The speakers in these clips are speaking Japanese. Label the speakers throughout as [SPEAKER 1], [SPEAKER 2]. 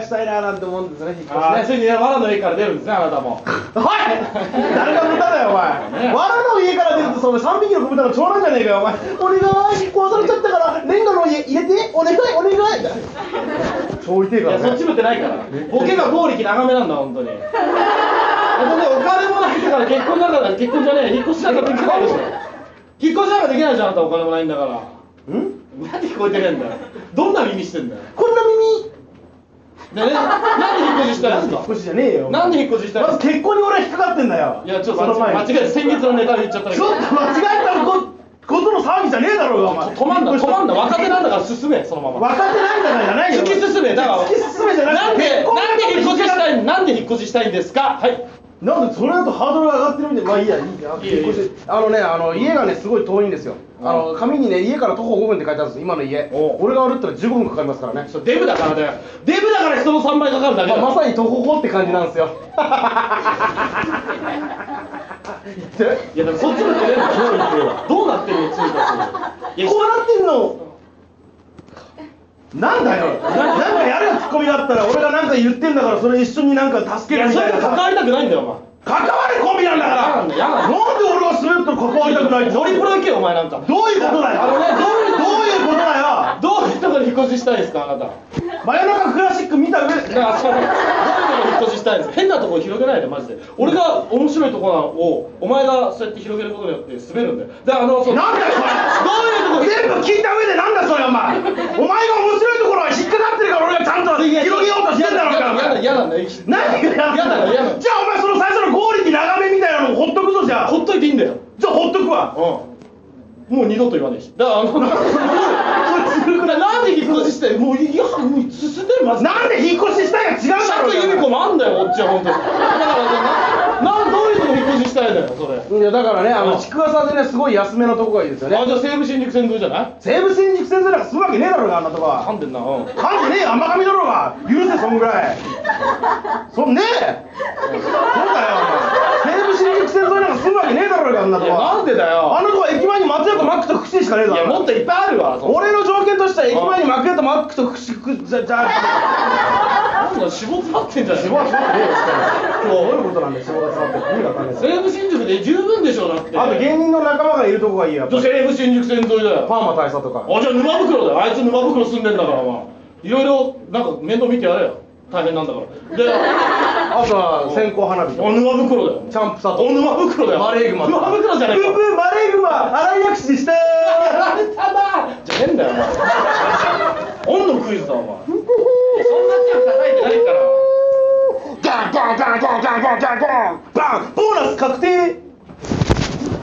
[SPEAKER 1] したいななんて思うんですね、引っ越しね。
[SPEAKER 2] あーついにね藁の家から出るんですねあなたも
[SPEAKER 1] おい誰が豚だよお前わらの家から出るとその3匹の子豚の長男じゃねえかよお前お願い壊されちゃったからレンガの家入れてお願いお願い超痛い
[SPEAKER 2] い
[SPEAKER 1] か
[SPEAKER 2] やそ
[SPEAKER 1] ら
[SPEAKER 2] っち
[SPEAKER 1] ね
[SPEAKER 2] 向ってないからボケが剛力長めなんだ本当に本当ねお金もないんだから結婚なんか結婚じゃねえ引っ越しなんかできないでしょ引っ越しなんかできないじゃんあなたお金もないんだから
[SPEAKER 1] ん
[SPEAKER 2] なんで聞こえてねえんだよどんな耳してんだよ
[SPEAKER 1] こんな耳
[SPEAKER 2] でねなんで引っ越ししたんです
[SPEAKER 1] 引っ
[SPEAKER 2] か
[SPEAKER 1] 越しじゃねえよ
[SPEAKER 2] なんで引っ越ししたんで
[SPEAKER 1] ますず結婚に俺は引っかかってんだよ
[SPEAKER 2] いやちょっと
[SPEAKER 1] その前に
[SPEAKER 2] 間違えて先月のネタを言っちゃっただけ
[SPEAKER 1] ちょっと間違えたこことの騒ぎじゃねえだろうがお前
[SPEAKER 2] 止まんな止まんな若手なんだから進めそのまま
[SPEAKER 1] 分かってないんだからじゃないよ
[SPEAKER 2] 突き進めだから
[SPEAKER 1] 突き進めじゃな
[SPEAKER 2] なん
[SPEAKER 1] くて
[SPEAKER 2] で
[SPEAKER 1] 結婚
[SPEAKER 2] なんで引っ越ししたいなんで引っ越ししたいんですかはい
[SPEAKER 1] なんでそれだとハードルが上がってるみたいまあいいやいいや
[SPEAKER 2] いいよいいよ
[SPEAKER 1] 結婚してあのねあの家がねすごい遠いんですよあの紙にね家から徒歩5分って書いてあるんですよ今の家
[SPEAKER 2] おう
[SPEAKER 1] 俺が歩ったら15分かかりますからね
[SPEAKER 2] そうデブだからだよデブだから人の3倍かかるだけ
[SPEAKER 1] ま
[SPEAKER 2] だ
[SPEAKER 1] あ
[SPEAKER 2] よ
[SPEAKER 1] まさに徒歩歩って感じなんですよ言って
[SPEAKER 2] いやだからそっちのってねどうなってるの通過するいや
[SPEAKER 1] こうなってんのなんだよなんかやるよツッコミだったら俺がなんか言ってんだからそれ一緒になんか助
[SPEAKER 2] い
[SPEAKER 1] けるみ
[SPEAKER 2] やそ
[SPEAKER 1] た
[SPEAKER 2] れ
[SPEAKER 1] いな
[SPEAKER 2] と関わりたくないんだよお前
[SPEAKER 1] 関わり込みなんだからなん
[SPEAKER 2] 嫌なん
[SPEAKER 1] で
[SPEAKER 2] だ嫌なんだ
[SPEAKER 1] 俺が滑ったら関わりたくないって
[SPEAKER 2] ノリプロ行けよお前なんか
[SPEAKER 1] どういうことだよ
[SPEAKER 2] あのね
[SPEAKER 1] どういうことだよ
[SPEAKER 2] どういうところに引っ越ししたいですかあなた
[SPEAKER 1] 真夜中クラシック見た上
[SPEAKER 2] だからあそこどういうところに引っ越ししたいんですか変なところ広げないでマジで俺が面白いところをお前がそうやって広げることによって滑るんだよだからあのそう
[SPEAKER 1] なんだよ
[SPEAKER 2] ど
[SPEAKER 1] そうれ
[SPEAKER 2] いうとこ
[SPEAKER 1] 全部聞いた上でなんだそれお前お前が面白いところは引っかかってるから俺がちゃんと広げようとしてんだろうからお前
[SPEAKER 2] 嫌なんだよ
[SPEAKER 1] 何が
[SPEAKER 2] 嫌だよ嫌だよ
[SPEAKER 1] じゃあお前その最初の合力長めみたいなのをほっとくぞじゃあ
[SPEAKER 2] ほっといていいんだよ
[SPEAKER 1] じゃあほっとくわ
[SPEAKER 2] うんもう二度と言わねえしだからあのなんで引っ越ししたいもういやもう進んでるマジで
[SPEAKER 1] なんで引っ越ししたいが違う
[SPEAKER 2] シ
[SPEAKER 1] だ
[SPEAKER 2] ャ
[SPEAKER 1] ろ
[SPEAKER 2] ツユミコもあんだよこっちは本当にだからななんどういうとこに引っ越ししたいんだよそれ
[SPEAKER 1] いやだからねあ
[SPEAKER 2] う
[SPEAKER 1] の
[SPEAKER 2] ん
[SPEAKER 1] ちくわさんでねすごい安めのとこがいいですよね
[SPEAKER 2] あじゃあ西武新宿線沿いじゃない
[SPEAKER 1] 西武新宿先生なんかするわけねえだろうがあんなとこは
[SPEAKER 2] 噛んでんなうんだ
[SPEAKER 1] 噛んでねえよ甘噛みだろうが許せそんぐらいそんねえそうだよお前西武新宿線沿いなんか住むわけねえだろうがあんなとこ
[SPEAKER 2] いや
[SPEAKER 1] は
[SPEAKER 2] なんでだよ
[SPEAKER 1] あのとこ駅前に松屋とマックとクシーしかねえだ
[SPEAKER 2] い
[SPEAKER 1] ろ
[SPEAKER 2] やもっといっぱいあるわそんな
[SPEAKER 1] 俺の条件としては駅前にマクヤとマックとクシーじゃじゃあ
[SPEAKER 2] なんだ絞詰まってんじゃない
[SPEAKER 1] 自分はそうだねえど
[SPEAKER 2] 今
[SPEAKER 1] う
[SPEAKER 2] 日
[SPEAKER 1] いうことなんで仕事が詰まってる意味がわかんないです
[SPEAKER 2] 西武新宿で十分でしょだって
[SPEAKER 1] あと芸人の仲間がいるとこがいいやっぱ
[SPEAKER 2] じゃあ西武新宿線沿いだよ
[SPEAKER 1] パーマ大佐とか
[SPEAKER 2] あじゃあ沼袋だよあいつ沼袋住んでんだからまあいろいろなんか面倒見てやれよ大変なんだからであ
[SPEAKER 1] あとは線香花火とか
[SPEAKER 2] 沼袋だよ
[SPEAKER 1] チャンプ佐
[SPEAKER 2] お
[SPEAKER 1] 藤
[SPEAKER 2] 沼袋だよ
[SPEAKER 1] マレーグマ
[SPEAKER 2] 沼袋じゃねえ
[SPEAKER 1] ブン
[SPEAKER 2] か
[SPEAKER 1] ブンマレーグマ荒井薬師した
[SPEAKER 2] やられたなじゃねえんだよお前本のクイズだお前そんな手は叩いてないから
[SPEAKER 1] ガンガンガンガンガンガンガンガンバンボーナス確定ね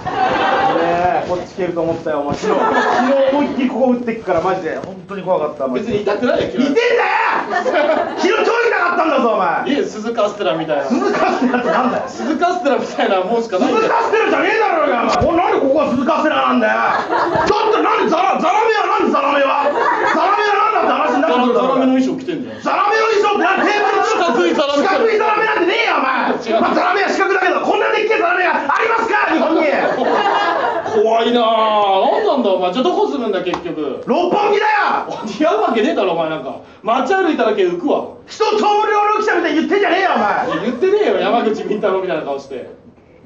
[SPEAKER 1] えこっち蹴ると思ったよお前昨日昨日思いっきりここ打ってっからマジで本当に怖かったマジ
[SPEAKER 2] 別
[SPEAKER 1] で
[SPEAKER 2] に痛くないよ
[SPEAKER 1] 痛えんだよ昨日超痛かったんだぞお前
[SPEAKER 2] いいよ鈴カステラみたいな
[SPEAKER 1] 鈴カステラってなんだよ
[SPEAKER 2] 鈴カステラみたいなもんしかないんだ
[SPEAKER 1] 鈴
[SPEAKER 2] よ
[SPEAKER 1] カステラじゃねえだろうがお前なんでここが鈴カステラなんだよちょっとなんでザラザラメはなんでザラメはザラメはなんだって話にな
[SPEAKER 2] ザ
[SPEAKER 1] ってくるだろうが
[SPEAKER 2] ラメの衣装着てんじゃん
[SPEAKER 1] ザラメの衣装ってなテーブルの
[SPEAKER 2] 四角いザラ
[SPEAKER 1] 四
[SPEAKER 2] メ
[SPEAKER 1] 角いザラメなんてねえよお前
[SPEAKER 2] 違う
[SPEAKER 1] まあ、ザラメは四角だけどこんなでっけえザラメがありますか日本に
[SPEAKER 2] 怖いなぁ何なんだお前じゃあどこ住むんだ結局
[SPEAKER 1] 六本木だよ
[SPEAKER 2] 似合うわけねえだろお前なんか街歩いただけ浮くわ
[SPEAKER 1] 人を超無料の記者みたいに言ってんじゃねえよお前
[SPEAKER 2] 言ってねえよ山口み太郎みたいな顔して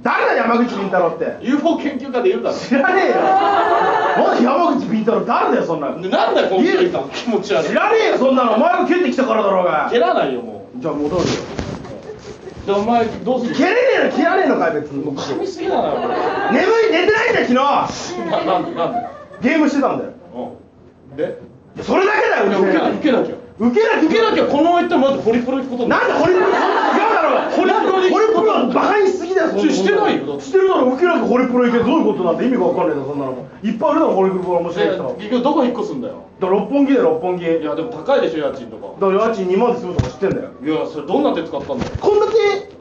[SPEAKER 1] 誰だ山口敏太郎って
[SPEAKER 2] UFO 研究家でいるだろ
[SPEAKER 1] 知らねえよまだ山口敏太郎誰だよそんなの
[SPEAKER 2] でなんだよこの距離感気持ち悪い
[SPEAKER 1] 知らねえよそんなのお前が蹴ってきたからだろうが
[SPEAKER 2] 蹴らないよも
[SPEAKER 1] じゃあ戻るよ
[SPEAKER 2] うでお前どうする
[SPEAKER 1] 蹴れねえの蹴らねえのかい別に眠
[SPEAKER 2] 噛みすぎだなお前
[SPEAKER 1] い寝てないんだよ昨
[SPEAKER 2] ななんでなんで
[SPEAKER 1] 日ゲームしてたんだよ
[SPEAKER 2] うんで
[SPEAKER 1] いやそれだけだ
[SPEAKER 2] いや
[SPEAKER 1] よ
[SPEAKER 2] 受けな
[SPEAKER 1] 受
[SPEAKER 2] 受けな
[SPEAKER 1] け
[SPEAKER 2] きゃ
[SPEAKER 1] なきゃ
[SPEAKER 2] 受けなきゃこのまま行ったらまずホリプロ行くことにな
[SPEAKER 1] なんでホリプロそんな違うだろうホリプロにホリプロはバカにしすぎだよそんなこと
[SPEAKER 2] してないよだって
[SPEAKER 1] してるだろ受けなくホリプロ行けどういうことなんて意味がわかんねえんだよそんなのもいっぱいあるだろホリプロ面白い人だ
[SPEAKER 2] る結局どこ引っ越すんだよ
[SPEAKER 1] から六本木だよ六本木
[SPEAKER 2] い
[SPEAKER 1] だか
[SPEAKER 2] やでも高いでしょ家賃とから
[SPEAKER 1] 家賃2万で済むとか知ってんだよ
[SPEAKER 2] いやそれどんな手使ったんだよ
[SPEAKER 1] こんな手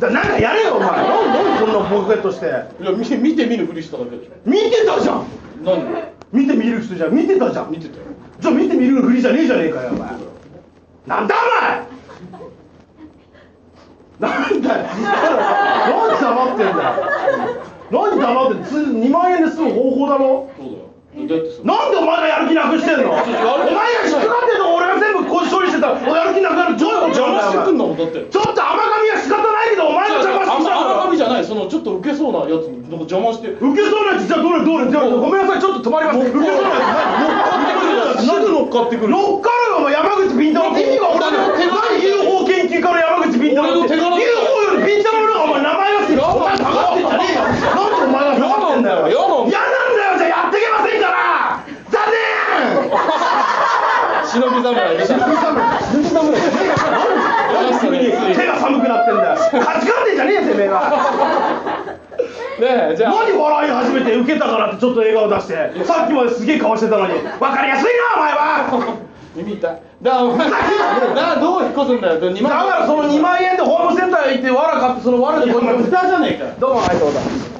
[SPEAKER 1] だなんかやれよお前なんなんでこんなボケとして
[SPEAKER 2] いや見て見て見ぬふりしただけでしょ
[SPEAKER 1] 見てたじゃん
[SPEAKER 2] 何
[SPEAKER 1] 見て見る人じゃん見てたじゃん
[SPEAKER 2] 見てたよ
[SPEAKER 1] じゃあ見て見るふりじゃねえじゃねえかよお前なんだお前なんだよ何黙ってんだよ何黙ってんだつ2万円で済む方法だろ
[SPEAKER 2] そうだよだってさ
[SPEAKER 1] なんでお前がやる気なくしてんのお前が引っかかってんの俺が全部ここで処理してたらおやる気なくなるどういうこと
[SPEAKER 2] 邪魔してくん
[SPEAKER 1] の
[SPEAKER 2] のもだって
[SPEAKER 1] ちょっと甘噛みは仕方ないけどお前が邪魔してきたんだ
[SPEAKER 2] あ
[SPEAKER 1] よ
[SPEAKER 2] 甘みじゃないそのちょっとウケそうなやつなんか邪魔してもう
[SPEAKER 1] 受けそうなやつじゃあどれどれじゃあごめんなさいちょっと止まります受けそうなやつ
[SPEAKER 2] すぐ乗っかってくる
[SPEAKER 1] 乗っかるよお前山口ビンタマ意味が俺の
[SPEAKER 2] 俺の手柄
[SPEAKER 1] 何 UFO 研究家の山口ビンタマ
[SPEAKER 2] 俺の手柄
[SPEAKER 1] UFO よりビンタマの方がお前名前がついてるお前下がってんじゃねえよなんでお前が下がってんだよ
[SPEAKER 2] 嫌なんだよ
[SPEAKER 1] 嫌なんだよじゃあやってけませんから残念
[SPEAKER 2] 忍び侍でしょ
[SPEAKER 1] 手が寒くなってんだよ勝ち勝ってんじゃねえよてめえ は
[SPEAKER 2] ねえじゃあ
[SPEAKER 1] 何笑い始めて受けたからってちょっと笑顔出してさっきまですげえ顔してたのに分かりやすいなお前は
[SPEAKER 2] 耳痛いだからお前だからどう引っ越すんだよ2
[SPEAKER 1] だからその2万円でホームセンター行ってわら買ってそのわらでこ
[SPEAKER 2] こ
[SPEAKER 1] うや
[SPEAKER 2] れ
[SPEAKER 1] って
[SPEAKER 2] 豚じゃねえか
[SPEAKER 1] どうもありがとうございます